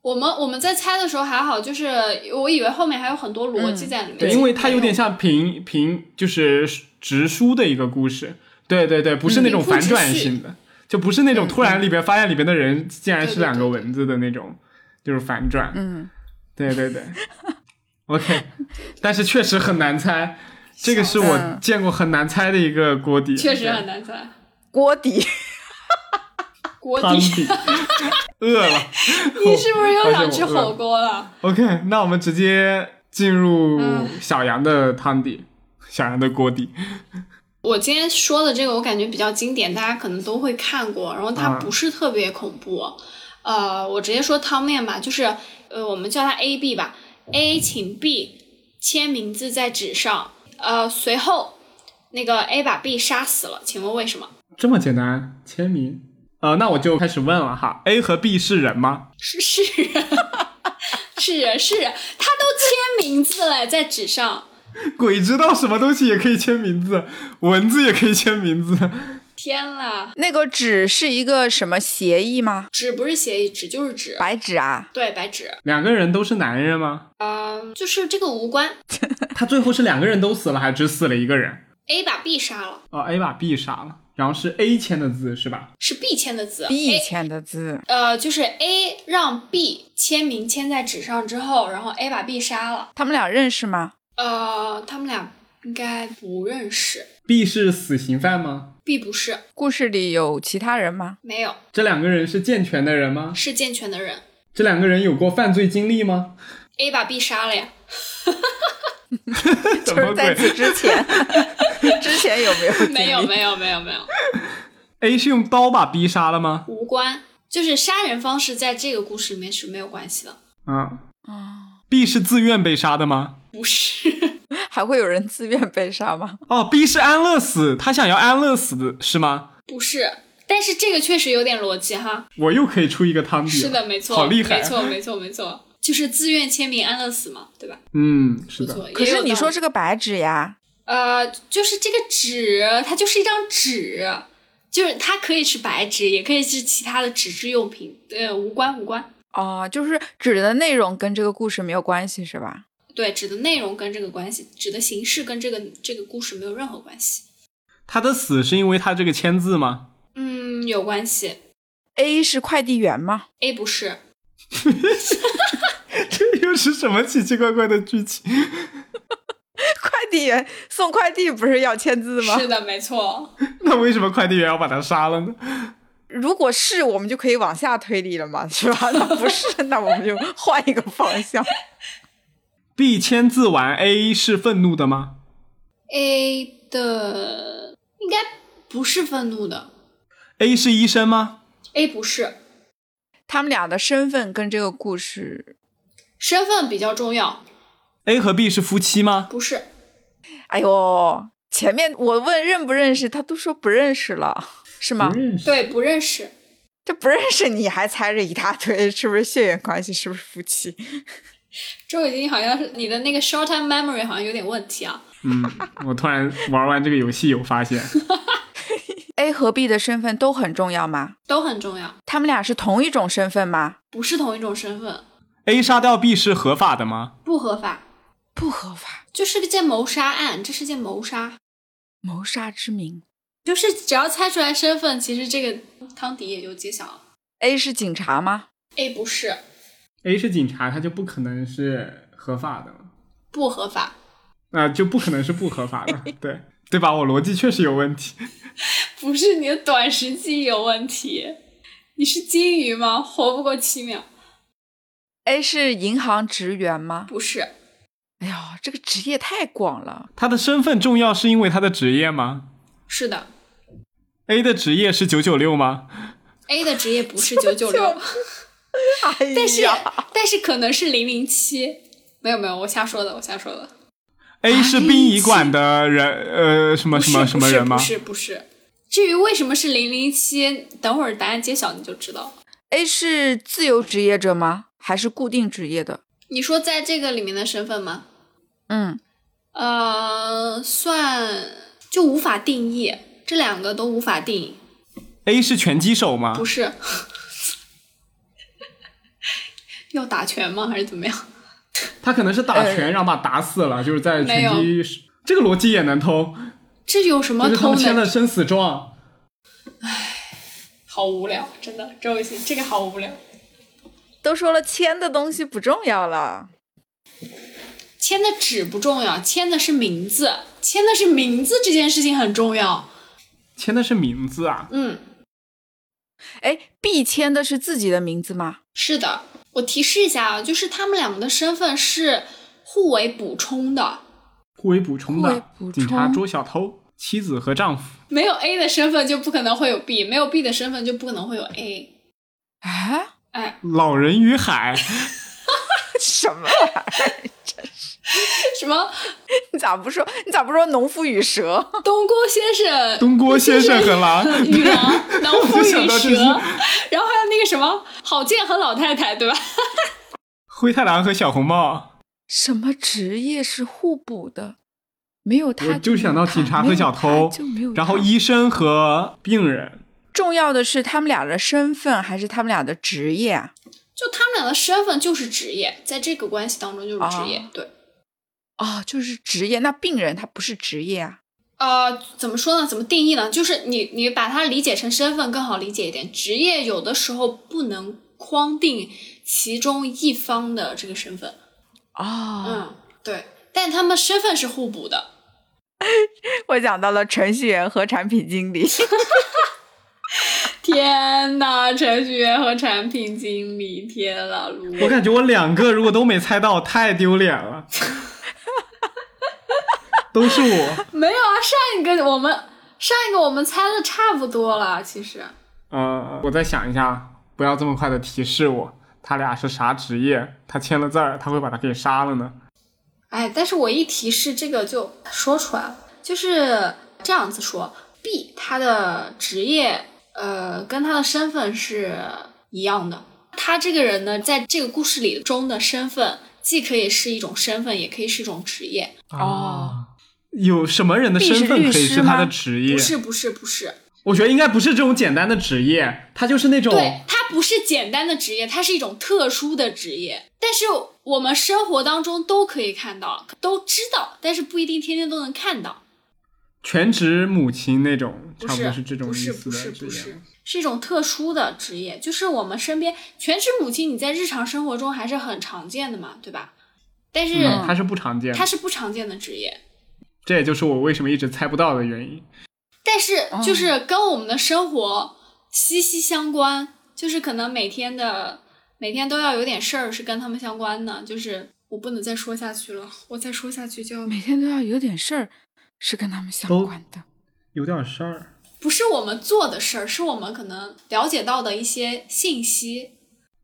S1: 我们我们在猜的时候还好，就是我以为后面还有很多逻辑在里面，
S3: 对
S1: 其实
S2: 嗯因为它
S1: 没
S2: 有点像评评，就是直书的一个故事。对对对，不是那种
S1: 嗯
S2: 反转性的，就不是那种突然里边发现里边的人竟然是两个蚊子的那种，就是反转。
S3: 嗯，
S2: 对对 对，OK，但是确实很难猜，这个是我
S3: 嗯
S2: 见过很难猜的一个锅底，
S1: 确实很难猜。
S3: 锅底，
S1: 锅
S2: 汤
S1: 底，
S2: 底。 饿了，
S1: 你是不是又想吃
S2: 我饿了
S1: 火锅了？
S2: OK，那我们直接进入
S1: 嗯
S2: 小杨的汤底，小杨的锅底。
S1: 我今天说的这个，我感觉比较经典，大家可能都会看过。然后它
S2: 嗯
S1: 不是特别恐怖，呃，我直接说汤面吧，就是呃，我们叫它 A B 吧。A 请 B 签名字在纸上，呃，随后那个 A 把 B 杀死了，请问为什么？
S2: 这么简单，签名。呃，那我就开始问了哈，A 和 B 是人吗？
S1: 是是人， 是人，是人，他都签名字了，在纸上。
S2: 鬼知道什么东西也可以签名字，蚊子也可以签名字。
S1: 天啦，
S3: 那个纸是一个什么协议吗？
S1: 纸不是协议纸，就是纸。
S3: 白纸啊？
S1: 对，白纸，
S2: 两个人都是男人吗？
S1: 嗯、就是这个无关。
S2: 他最后是两个人都死了，还只死了一个人？
S1: A 把 B 杀了，
S2: 哦，A 把 B 杀了，然后是 A 签的字是吧？
S1: 是 B 签的字。啊
S3: B
S1: A-
S3: 签的字。
S1: 呃，就是 A 让 B 签名签在纸上之后，然后 A 把 B 杀了。
S3: 他们俩认识吗？
S1: 呃，他们俩应该不认识
S2: ，B 是死刑犯吗？
S1: ，B 不是，
S3: 故事里有其他 人吗？
S1: 没有，
S2: 这两个人是健全的人吗？
S1: 是健全的人。
S2: 这两个人有过犯罪经历吗？
S1: A 把 B 杀了 呀，
S2: 怎
S3: 就是
S2: 么
S3: 在
S2: 鬼
S3: 此之前，之前有没有经历？
S1: 没有，没有，没有，没有，
S2: ？A 是用刀把 B 杀了吗？
S1: 无关。就是杀人方式在这个故事里面是没有关系的，
S2: 嗯
S3: 哦
S2: ，B 是自愿被杀的吗？
S1: 不是，
S3: 还会有人自愿被杀吗？
S2: 哦，B 是安乐死，他想要安乐死的是吗？
S1: 不是。但是这个确实有点逻辑哈，
S2: 我又可以出一个汤底
S1: 是
S2: 了
S1: 的，没错，
S2: 好厉害，啊
S1: 没错，没错，没错，就是自愿签名安乐死嘛，对吧？
S2: 嗯，是
S1: 不
S2: 的，
S1: 错，
S3: 可
S1: 也有
S3: 是你
S1: 道
S3: 说
S1: 理
S3: 是个白纸呀，
S1: 呃，就是这个纸，它就是一张纸，就是它可以是白纸，也可以是其他的纸质用品，呃，无关无关。
S3: 哦，就是纸的内容跟这个故事没有关系是吧？
S1: 对，纸的内容跟这个关系，纸的形式跟这个这个故事没有任何关系。
S2: 他的死是因为他这个签字吗？
S1: 嗯，有关系。
S3: A 是快递员吗？
S1: A 不是，
S2: 这又是什么奇奇怪怪的剧情？
S3: 快递员送快递不是要签字吗？
S1: 是的，没错。
S2: 那为什么快递员要把他杀了呢？
S3: 如果是，我们就可以往下推理了嘛， 是吧？那不是， 那我们就换一个 方向。
S2: B 签字完，A 是愤怒的吗？
S1: A 的应该不是愤怒的
S2: ？A 是医生吗？
S1: ，A 不是，
S3: 他们俩的身份跟这个故事，
S1: 身份比较重要，
S2: ？A 和 B 是夫妻吗？
S1: 不是。
S3: 哎呦，前面我问认不认识，他都说不认识了，是吗？
S2: 不认识
S1: 对，不认识。
S3: 这不认识你还猜着一大堆，是不是血缘关系？是不是夫妻？
S1: 周已经好像是你的那个 short term memory 好像有点问题啊。
S2: 嗯，我突然玩完这个游戏有发现，
S3: A 和 B 的身份都很重要吗？
S1: 都很重要，
S3: 他们俩是同一种身份吗？
S1: 不是同一种身份，
S4: A 杀掉 B 是合法的吗？
S1: 不合法，
S3: 不合法，
S1: 就是件谋杀案，这是件谋杀，
S3: 谋杀之名。
S1: 就是只要猜出来身份，其实这个汤迪也就揭晓了。
S3: A 是警察吗？
S1: A 不是，
S2: A 是警察，他就不可能是合法的，
S1: 不合法，
S2: 那、就不可能是不合法 的，对对吧？我逻辑确实有问题。
S1: 不是你的短时记忆有问题，你是金鱼吗？活不过七秒，
S3: A 是银行职员吗？
S1: 不是，
S3: 哎呀，这个职业太广了。
S4: 他的身份重要是因为他的职业吗
S1: 是的
S4: ？A 的职业是九九六吗？
S1: ，A 的职业不是九九六，
S3: 哎呀，
S1: 但是但是可能是零零七，没有没有，我瞎说的，我瞎说的，
S4: A 是殡仪馆的人，呃，什么
S1: 啊不
S4: 什
S1: 是
S4: 么什么人吗
S1: 不？是不是不是，至于为什么是零零七，等会儿答案揭晓你就知道了。
S3: A 是自由职业者吗？还是固定职业的？
S1: 你说在这个里面的身份吗？
S3: 嗯，
S1: 呃，算就无法定义，这两个都无法定义，
S4: A 是拳击手吗
S2: 啊
S1: 不？是 要打拳吗？还是怎么样？
S2: 他可能是打拳，然后把他打死了，就是在拳
S1: 呃没
S2: 击室。这个逻辑也能通，
S1: 这有什
S2: 就
S1: 么
S2: 是他
S1: 偷
S2: 们签了
S1: 的？
S2: 生死状。
S1: 好无聊，真的，周一新这个好无聊。
S3: 都说了签的东西不重要了。
S1: 签的纸不重要，签的是名字，签的是名字这件事情很重要。
S2: 签的是名字啊，
S1: 嗯，
S3: 哎，B 签的是自己的名字吗？
S1: 是的，我提示一下啊，就是他们两个的身份是互为补充的，
S2: 互为补充
S3: 互为
S2: 的。
S3: 补充
S2: 警察捉小偷，妻子和丈夫。
S1: 没有 A 的身份就不可能会有 B，没有 B 的身份就不可能会有 A。
S3: 啊，
S1: 哎，
S4: 老人与海，
S3: 什么？
S1: 什么
S3: 你咋不说？你咋不说农夫与蛇？
S1: 东郭先 生、
S4: 东郭先生和狼，
S1: 与狼、农夫
S4: 我
S1: 与
S4: 就想到这
S1: 蛇
S4: 是，
S1: 然后还有那个什么郝建和老太太，对吧？
S4: 灰太狼和小红帽，
S3: 什么职业是互补的？没有他
S2: 我就想到警察和小偷
S3: 就没有他就没有，他
S4: 然后医生和
S2: 病人，
S3: 重要的是他们俩的身份还是他们俩的职业啊？
S1: 就他们俩的身份就是职业，在这个关系当中就是职业。
S3: 啊
S1: 对，
S3: 哦，就是职业。那病人他不是职业啊？
S1: 呃，怎么说呢？怎么定义呢？就是你你把它理解成身份更好理解一点。职业有的时候不能框定其中一方的这个身份。
S3: 哦，
S1: 嗯，对，但他们身份是互补的。
S3: 我想到了程序员和产品经理。
S1: 天呐，程序员和产品经理，天啊啦噜！
S4: 我感觉我两个如果都没猜到，太丢脸了。都是我，
S1: 没有啊，上一个我们上一个我们猜的差不多了，其实
S2: 呃，我再想一下，不要这么快的提示我，他俩是啥职业？他签了字儿，他会把他给杀了呢？
S1: 哎，但是我一提示这个就说出来了，就是这样子说，B 他的职业呃跟他的身份是一样的，他这个人呢在这个故事里中的身份既可以是一种身份，也可以是一种职业，
S2: 啊
S3: 哦，
S4: 有什么人的
S3: B 是
S4: 身份
S3: 律
S4: 可以
S3: 师
S4: 是他的
S3: 吗
S4: 职业
S1: 不？是不是不是，
S2: 我觉得应该不是这种简单的职业，他就是那种
S1: 对，它不是简单的职业，它是一种特殊的职业。但是我们生活当中都可以看到，都知道，但是不一定天天都能看到。
S2: 全职母亲那种，
S1: 不
S2: 差不
S1: 是，
S2: 多这种
S1: 不
S2: 意
S1: 是，
S2: 思
S1: 不是，
S2: 的
S1: 不
S2: 职业
S1: 是。，是一种特殊的职业，就是我们身边全职母亲，你在日常生活中还是很常见的嘛，对吧？但是、
S2: 嗯，它是不常见的
S1: 它，是不常见的职业，
S2: 这也就是我为什么一直猜不到的原因。
S1: 但是就是跟我们的生活息息相关，就是可能每天的每天都要有点事儿是跟他们相关的，就是我不能再说下去了，我再说下去就要
S3: 每天都要有点事儿，是跟他们相
S2: 都
S3: 关的。
S2: 有点事儿，
S1: 不是我们做的事儿，是我们可能了解到的一些信息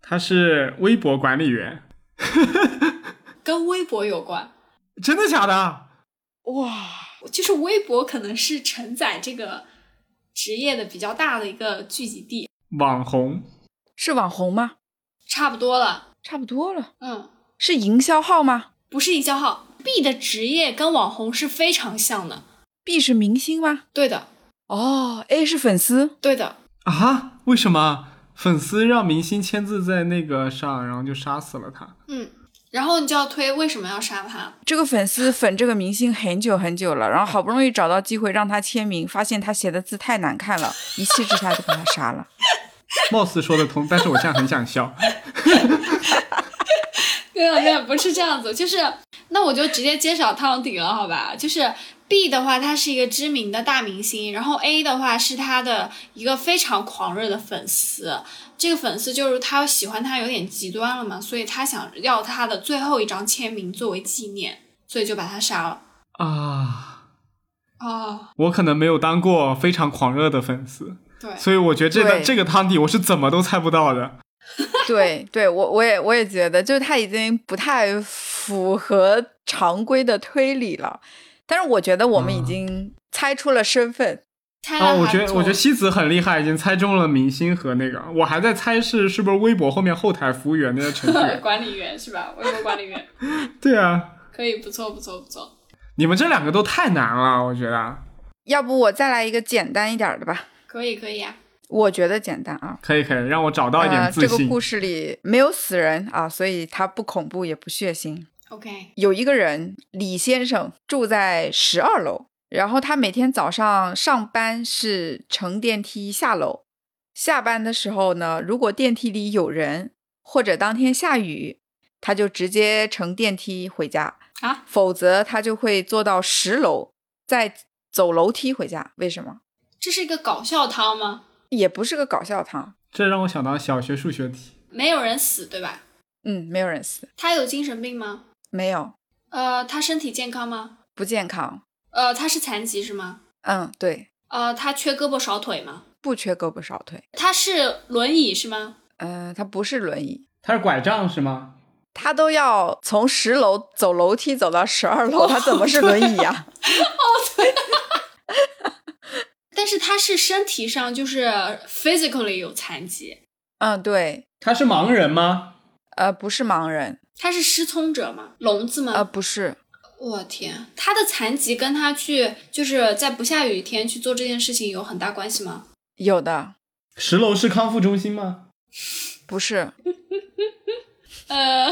S2: 他是微博管理 员，
S1: 跟微博有关。
S4: 真的假的？
S3: 哇，
S1: 就是微博可能是承载这个职业的比较大的一个聚集地，
S2: 网红
S3: 是网红吗？
S1: 差不多了。
S3: 差不多了，
S1: 嗯，
S3: 是营销号吗
S1: 不是营销号，B 的职业跟网红是非常像的。
S3: ？B 是明星吗？
S1: 对的，
S3: 哦，A 是粉丝，
S1: 对的，
S2: 啊？为什么粉丝让明星签字在那个上，然后就杀死了他？
S1: 嗯。然后你就要推为什么要杀他？
S3: 这个粉丝粉这个明星很久很久了，然后好不容易找到机会让他签名，发现他写的字太难看了，一气之下就把他杀了。
S2: 貌似说得通，但是我现在很想 笑。
S1: 没有没有，不是这样子，就是那我就直接揭晓汤底了，好吧？就是 B 的话，他是一个知名的大明星，然后 A 的话是他的一个非常狂热的粉丝，这个粉丝就是他喜欢他有点极端了嘛，所以他想要他的最后一张签名作为纪念，所以就把他杀了。
S2: 啊，
S1: 哦，
S2: 我可能没有当过非常狂热的粉丝，
S1: 对，
S2: 所以我觉得这个
S3: 对
S2: 这个汤底我是怎么都猜不到的。
S3: 对对，我我也我也觉得，就是他已经不太符合常规的推理了。但是我觉得我们已
S2: 嗯
S3: 经猜出了身份，
S1: 猜
S2: 啊，
S1: 到
S2: 我
S1: 还
S2: 觉
S1: 不
S2: 得
S1: 错
S2: 我觉得西子很厉害，已经猜中了明星和那个，我还在猜是是不是微博后面后台服务员那些程序 员。
S1: 管理员是吧？微博管理员
S2: 对啊，
S1: 可以，不错不错不错。
S2: 你们这两个都太难了，我觉得啊
S3: 要不我再来一个简单一点儿的吧？
S1: 可以可以啊，
S3: 我觉得简单啊。
S2: 可以可以，让我找到一点
S3: 呃，
S2: 自
S3: 这个
S2: 信。
S3: 故事里没有死人啊，所以它不恐怖也不血腥。
S1: OK，
S3: 有一个人，李先生住在十二楼，然后他每天早上上班是乘电梯下楼，下班的时候呢，如果电梯里有人或者当天下雨，他就直接乘电梯回家
S1: 啊，
S3: 否则他就会坐到十楼再走楼梯回家。为什么？
S1: 这是一个搞笑汤吗？
S3: 也不是个搞笑汤，
S2: 这让我想到小学数学题，
S1: 没有人死对吧？
S3: 嗯，没有人死，
S1: 他有精神病吗？
S3: 没有
S1: 呃，他身体健康吗？
S3: 不健康，
S1: 呃，他是残疾是吗？
S3: 嗯，对，
S1: 呃，他缺胳膊少腿吗？
S3: 不缺胳膊少腿，
S1: 他是轮椅是吗？
S3: 嗯、他不是轮椅，
S2: 它是拐杖是吗？
S3: 他都要从十楼走楼梯走到十二楼，他怎么是轮椅 啊呀、
S1: 但是他是身体上就是 physically 有残疾，
S3: 嗯，对，
S2: 他是盲人吗？
S3: 呃，不是盲人，
S1: 他是失聪者吗？聋子吗？
S3: 呃，不是，
S1: 我天，他的残疾跟他去就是在不下雨天去做这件事情有很大关系吗？
S3: 有的，
S2: 十楼是康复中心吗？
S3: 不是，
S1: 呃，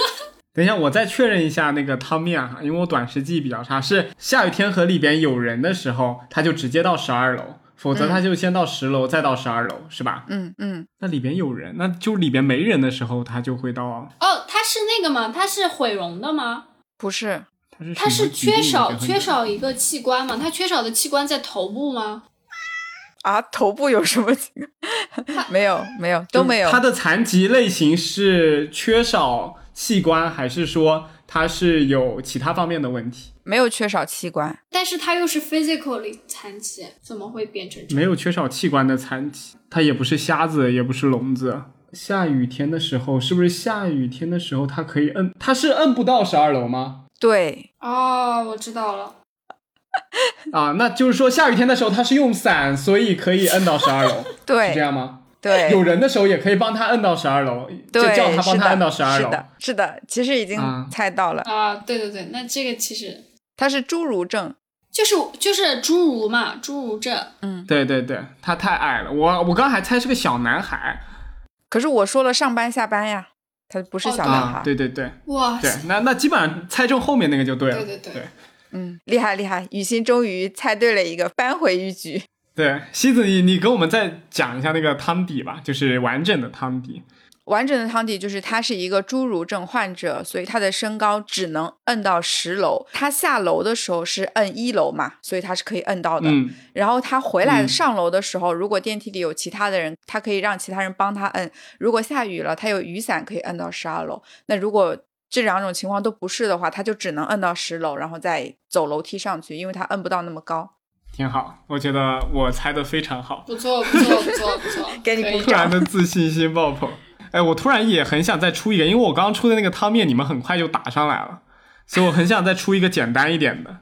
S2: 等一下，我再确认一下那个汤面哈，因为我短时记忆比较差。是下雨天河里边有人的时候，他就直接到十二楼，否则他就先到十楼，再到十二楼，是吧？
S3: 嗯嗯，
S2: 那里边有人，那就里边没人的时候，他就会到。
S1: 哦，他是那个吗？他是毁容的吗？
S3: 不是，
S2: 他是
S1: 他
S2: 什
S1: 是
S2: 么疾病
S1: 缺
S2: 我
S1: 少
S2: 觉得很
S1: 缺少一个器官吗？他缺少的器官在头部吗？
S3: 啊，头部有什么几个？ 没有，没有，都没有
S2: 他，的残疾类型是缺少器官，还是说他是有其他方面的问题？
S3: 没有缺少器官，
S1: 但是他又是 physically 残疾，怎么会变成这样？
S2: 没有缺少器官的残疾，他也不是瞎子，也不是聋子。下雨天的时候，是不是下雨天的时候他可以摁？他是摁不到十二楼吗？
S3: 对，
S1: 哦，我知道了。
S2: 啊，那就是说下雨天的时候他是用伞，所以可以摁到十二楼，是这
S3: 对，
S2: 样吗？
S3: 对，
S2: 有人的时候也可以帮他摁到十二楼，就
S3: 对，
S2: 叫他帮
S3: 是
S2: 他
S3: 的
S2: 摁到十二
S3: 是
S2: 楼。
S3: 的，是的，其实已经
S2: 啊
S3: 猜到了，
S1: 啊，对对对，那这个其实
S3: 他是侏儒症，
S1: 就是就是侏儒嘛，侏儒症。
S2: 对对对，他太矮了，我我刚还猜是个小男孩
S3: 可是我说了上班下班呀，他不是
S1: 哦
S3: 小
S1: 对
S3: 男
S2: 啊
S3: 孩，，
S2: 对对对
S1: 哇
S2: 对
S1: 塞，，
S2: 那那基本上猜中后面那个就对了，
S1: 对对对
S2: 对
S3: 嗯，厉害厉害，雨欣终于猜对了一个，扳回一局。
S2: 对西子你你给我们再讲一下那个汤底吧，就是完整的汤底，
S3: 完整的汤底就是他是一个侏儒症患者，所以他的身高只能摁到十楼。他下楼的时候是摁一楼嘛，所以他是可以摁到的。
S2: 嗯
S3: 然后他回来
S2: 嗯
S3: 上楼的时候，如果电梯里有其他的人，他可以让其他人帮他摁。如果下雨了，他有雨伞可以摁到十二楼。那如果这两种情况都不是的话，他就只能摁到十楼，然后再走楼梯上去，因为他摁不到那么高。
S2: 挺好，我觉得我猜的非常好，
S1: 不错不错不错不错，
S3: 给你
S1: 可
S3: 鼓
S1: 以
S2: 突
S3: 掌
S2: 然的自信心爆棚，哎，我突然也很想再出一个，因为我刚刚出的那个汤面你们很快就打上来了，所以我很想再出一个简单一点的，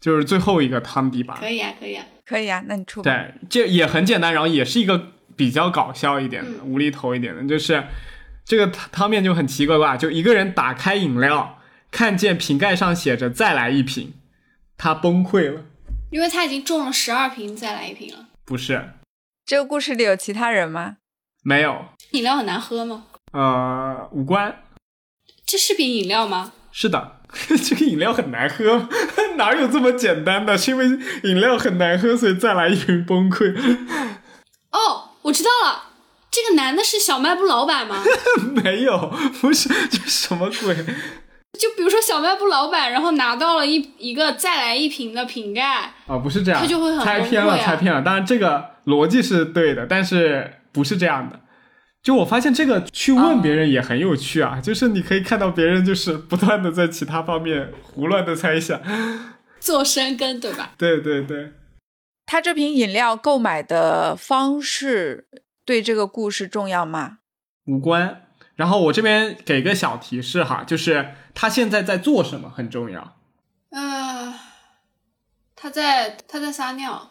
S2: 就是最后一个汤底吧。
S1: 可以啊，可以啊，
S3: 可以啊，那你出吧。
S2: 对，这也很简单，然后也是一个比较搞笑一点的、无厘头一点的，就是这个汤汤面就很奇怪吧，就一个人打开饮料，看见瓶盖上写着“再来一瓶”，他崩溃了。
S1: 因为他已经中了十二瓶，再来一瓶了。
S2: 不是，
S3: 这个故事里有其他人吗？
S2: 没有，
S1: 饮料很难喝吗？
S2: 呃，无关。
S1: 这是瓶饮料吗？
S2: 是的， 这个饮料很难喝， 哪有这么简单的？是因为饮料很难喝，所以再来一瓶崩溃。
S1: 哦，我知道了，这个男的是小卖部老板吗？
S2: 没有，不是，这什么鬼？
S1: 就比如说小卖部老板，然后拿到了一一个再来一瓶的瓶盖，
S2: 哦，不是这样，
S1: 他就会很
S2: 猜
S1: 崩
S2: 偏了，
S1: 溃啊
S2: 猜偏了。当然，这个逻辑是对的，但是不是这样的。就我发现这个去
S1: 啊
S2: 问别人也很有趣啊，就是你可以看到别人就是不断的在其他方面胡乱的猜想。
S1: 做深耕，对吧？
S2: 对对对，
S3: 他这瓶饮料购买的方式对这个故事重要吗？
S2: 无关。然后我这边给个小提示哈，就是他现在在做什么很重要。
S1: 呃，他在他在撒尿，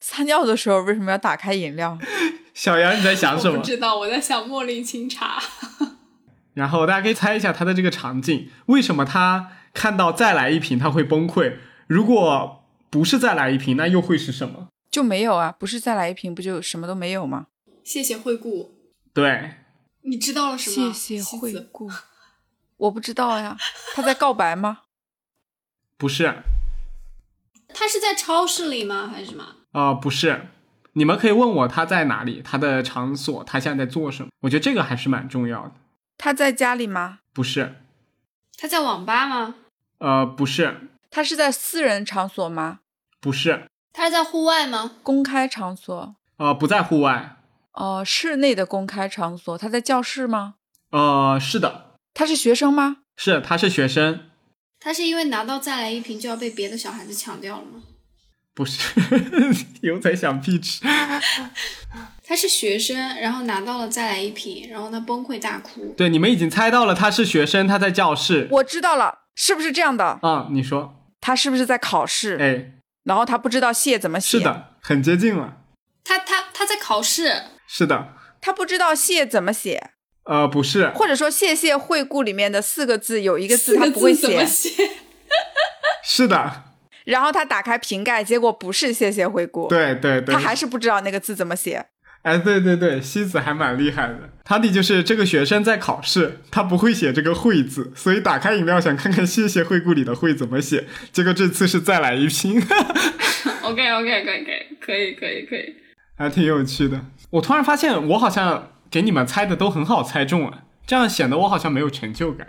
S3: 撒尿的时候为什么要打开饮料？
S2: 小杨你在想
S1: 我
S2: 什
S1: 不
S2: 么？
S1: 知道，我在想茉莉清茶。
S2: 然后大家可以猜一下他的这个场景，为什么他看到再来一瓶他会崩溃？如果不是再来一瓶，那又会是什么？
S3: 就没有啊？不是再来一瓶，不就什么都没有吗？
S1: 谢谢惠顾，
S2: 对，
S1: 你知道了什么？西子
S3: 顾，我不知道呀。他在告白吗？
S2: 不是啊、
S1: 他是在超市里吗？还是什么？
S2: 呃不是。你们可以问我他在哪里，他的场所，他现在在做什么？我觉得这个还是蛮重要的。
S3: 他在家里吗？
S2: 不是，
S1: 他在网吧吗？
S2: 呃，不是，
S3: 他是在私人场所吗？
S2: 不是，
S1: 他是在户外吗？
S3: 公开场所？
S2: 呃，不在户外，
S3: 呃，室内的公开场所？他在教室吗？
S2: 呃，是的，
S3: 他是学生吗？
S2: 是，他是学生，
S1: 他是因为拿到再来一瓶就要被别的小孩子抢掉了吗？
S2: 不是， 牛仔想 peach，
S1: 他是学生，然后拿到了再来一瓶，然后他崩溃大哭。
S2: 对，你们已经猜到了，他是学生，他在教室。
S3: 我知道了，是不是这样的？
S2: 啊、你说，
S3: 他是不是在考试？
S2: 哎，
S3: 然后他不知道谢怎么写？
S2: 是，的，很接近了，
S1: 他他他在考试，
S2: 是的，
S3: 他不知道谢怎么写，
S2: 呃，不是，
S3: 或者说“谢谢惠顾”里面的四个字有一个字
S1: 四
S3: 他
S1: 个
S3: 不会
S1: 字怎
S3: 写
S1: 么，写？
S2: 是的，
S3: 然后他打开瓶盖，结果不是“谢谢惠顾”，
S2: 对对对
S3: 他，还是不知道那个字怎么写。
S2: 哎，对对对，西子还蛮厉害的，他的就是这个学生在考试，他不会写这个会字，所以打开饮料想看看谢谢惠顾里的会怎么写，结果这次是再来一瓶，
S1: OK OK OK OK，可以可以可以。
S2: 还挺有趣的。我突然发现，我好像给你们猜的都很好猜中啊，这样显得我好像没有成就感。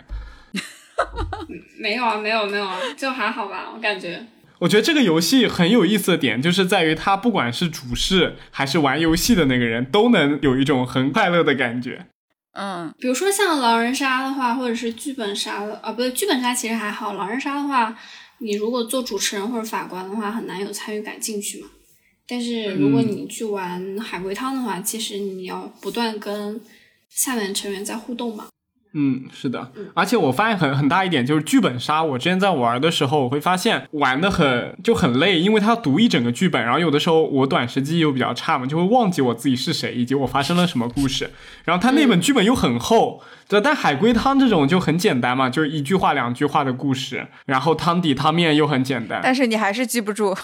S1: 没有啊，没有没有啊，就还好吧，我感觉。
S2: 我觉得这个游戏很有意思的点，就是在于它不管是主事还是玩游戏的那个人，都能有一种很快乐的感觉。
S3: 嗯，
S1: 比如说像狼人杀的话，或者是剧本杀的啊，不对，剧本杀其实还好。狼人杀的话，你如果做主持人或者法官的话，很难有参与感进去嘛。但是如果
S2: 嗯
S1: 你去玩海龟汤的话，其实你要不断跟下面成员在互动嘛。
S2: 嗯，是的，而且我发现很很大一点就是剧本杀，我之前在玩的时候，我会发现玩的很就很累，因为它要读一整个剧本，然后有的时候我短时记忆又比较差嘛，就会忘记我自己是谁以及我发生了什么故事。然后它那本剧本又很厚，对，但海龟汤这种就很简单嘛，就是一句话两句话的故事，然后汤底汤面又很简单。
S3: 但是你还是记不住。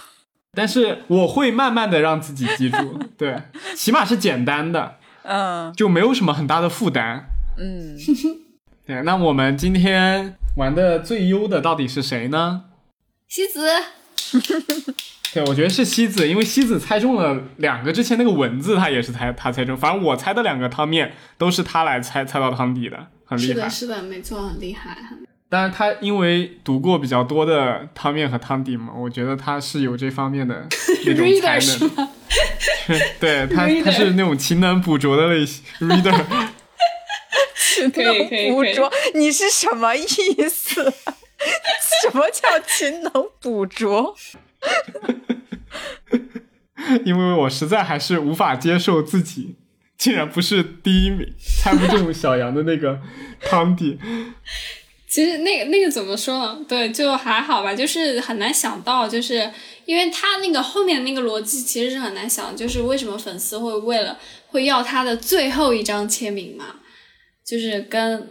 S2: 但是我会慢慢的让自己记住，对，起码是简单的，
S3: 嗯
S2: 就没有什么很大的负担。
S3: 嗯，
S2: 对，那我们今天玩的最优的到底是谁呢？
S1: 西子，
S2: 对，我觉得是西子，因为西子猜中了两个，之前那个文字他也是猜他猜中，反正我猜的两个汤面都是他来猜猜到汤底的，很
S1: 是
S2: 厉害
S1: 的，。是的，没错，很厉害。
S2: 当然他因为读过比较多的汤面和汤底嘛，我觉得他是有这方面 的那种
S1: Reader
S2: 才
S1: 是
S2: 能。
S1: 吗？
S2: 对他，他是那种勤能捕捉的类型 reader。
S1: 可以可以
S3: 捕
S1: 可以。
S3: 捉，你是什么意思？ 什么叫勤能捕捉？
S2: 因为我实在还是无法接受自己竟然不是第一名，猜不中小杨的那个汤底。
S1: 其实那个那个怎么说呢？对，就还好吧，就是很难想到，就是因为他那个后面那个逻辑其实是很难想，就是为什么粉丝会为了会要他的最后一张签名嘛，就是跟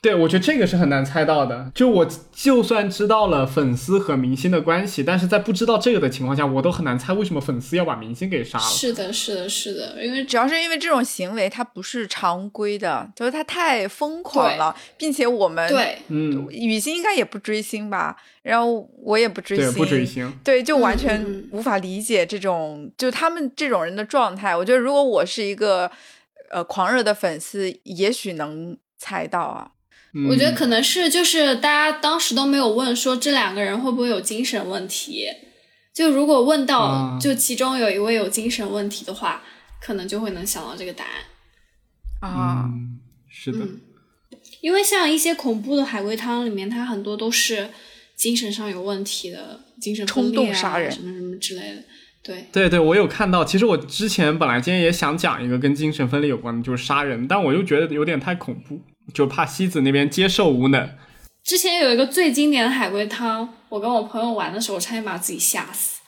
S2: 对，我觉得这个是很难猜到的。就我就算知道了粉丝和明星的关系，但是在不知道这个的情况下，我都很难猜为什么粉丝要把明星给杀了。
S1: 是的，是的，是的，因为
S3: 主要是因为这种行为它不是常规的，就是它太疯狂了，并且我们
S1: 对
S2: 嗯，
S3: 雨欣应该也不追星吧，然后我也不追
S2: 对，
S3: 星，
S2: 不追星。
S3: 对，就完全
S1: 嗯嗯
S3: 无法理解这种，就他们这种人的状态。我觉得如果我是一个呃狂热的粉丝，也许能猜到啊。
S2: 嗯
S1: 我觉得可能是就是大家当时都没有问说这两个人会不会有精神问题，就如果问到、
S2: 啊
S1: 就其中有一位有精神问题的话，可能就会能想到这个答案。
S3: 啊，
S2: 嗯，是的，
S1: 嗯因为像一些恐怖的海龟汤里面，它很多都是精神上有问题的，精神分裂
S3: 冲动
S1: 啊
S3: 杀人
S1: 什么什么之类的。对，
S2: 对对，我有看到。其实我之前本来今天也想讲一个跟精神分裂有关的，就是杀人，但我又觉得有点太恐怖，就怕西子那边接受无能。
S1: 之前有一个最经典的海龟汤，我跟我朋友玩的时候，我差点把自己吓死。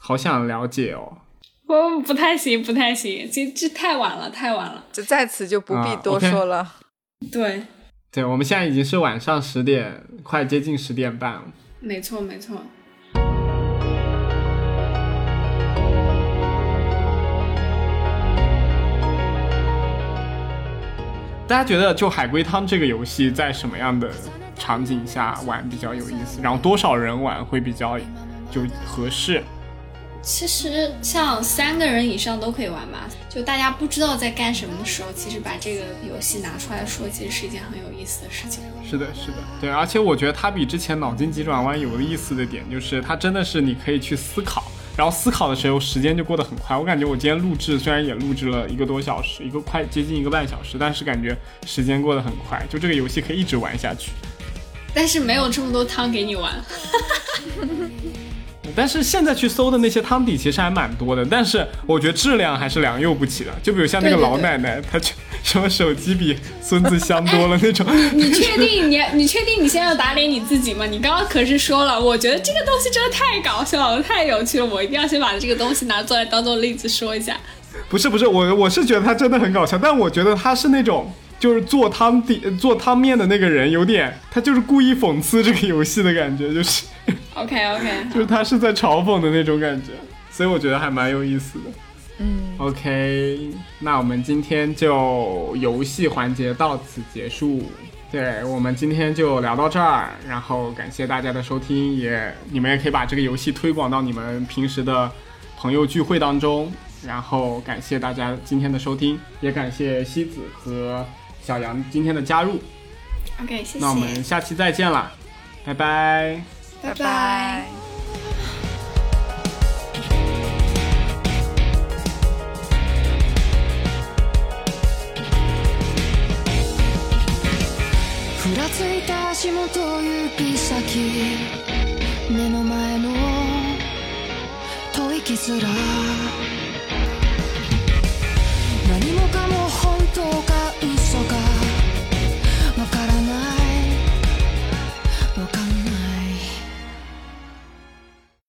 S2: 好想了解哦。
S1: 我不太行，不太行，这这太晚了，太晚了。
S3: 就在此就不必
S2: 啊
S3: 多
S2: ，OK
S3: 说了。
S1: 对，
S2: 对，我们现在已经是晚上十点，快接近十点半了。
S1: 没错，没错。
S2: 大家觉得就海龟汤这个游戏在什么样的场景下玩比较有意思？然后多少人玩会比较就合适？
S1: 其实像三个人以上都可以玩吧，就大家不知道在干什么的时候，其实把这个游戏拿出来说，其实是一件很有意思的事情。
S2: 是的，是的，对，而且我觉得它比之前脑筋急转弯有意思的点就是，它真的是你可以去思考，然后思考的时候时间就过得很快。我感觉我今天录制虽然也录制了一个多小时，一个快接近一个半小时，但是感觉时间过得很快，就这个游戏可以一直玩下去。
S1: 但是没有这么多汤给你玩，
S2: 但是现在去搜的那些汤底其实还蛮多的，但是我觉得质量还是良莠不齐的。就比如像那个
S1: 对对
S2: 老奶奶，她就什么手机比孙子香多了那种，
S1: 你确定你你确定你现在要打脸你自己吗？你刚刚可是说了，我觉得这个东西真的太搞笑了，太有趣了，我一定要先把这个东西拿出来当做例子说一下。
S2: 不是不是，我我是觉得他真的很搞笑，但我觉得他是那种就是做汤底做汤面的那个人，有点他就是故意讽刺这个游戏的感觉，就是
S1: OK OK，
S2: 就是他是在嘲讽的那种感觉，所以我觉得还蛮有意思的。
S3: 嗯，
S2: OK，那我们今天就游戏环节到此结束。对我们今天就聊到这儿，然后感谢大家的收听，也你们也可以把这个游戏推广到你们平时的朋友聚会当中。然后感谢大家今天的收听，也感谢西子和小杨今天的加入。
S1: OK，谢谢，
S2: 那我们下期再见啦，拜拜。
S1: 拜
S3: 拜拜
S5: ふらついた足元指先目の前の吐息すら何もかも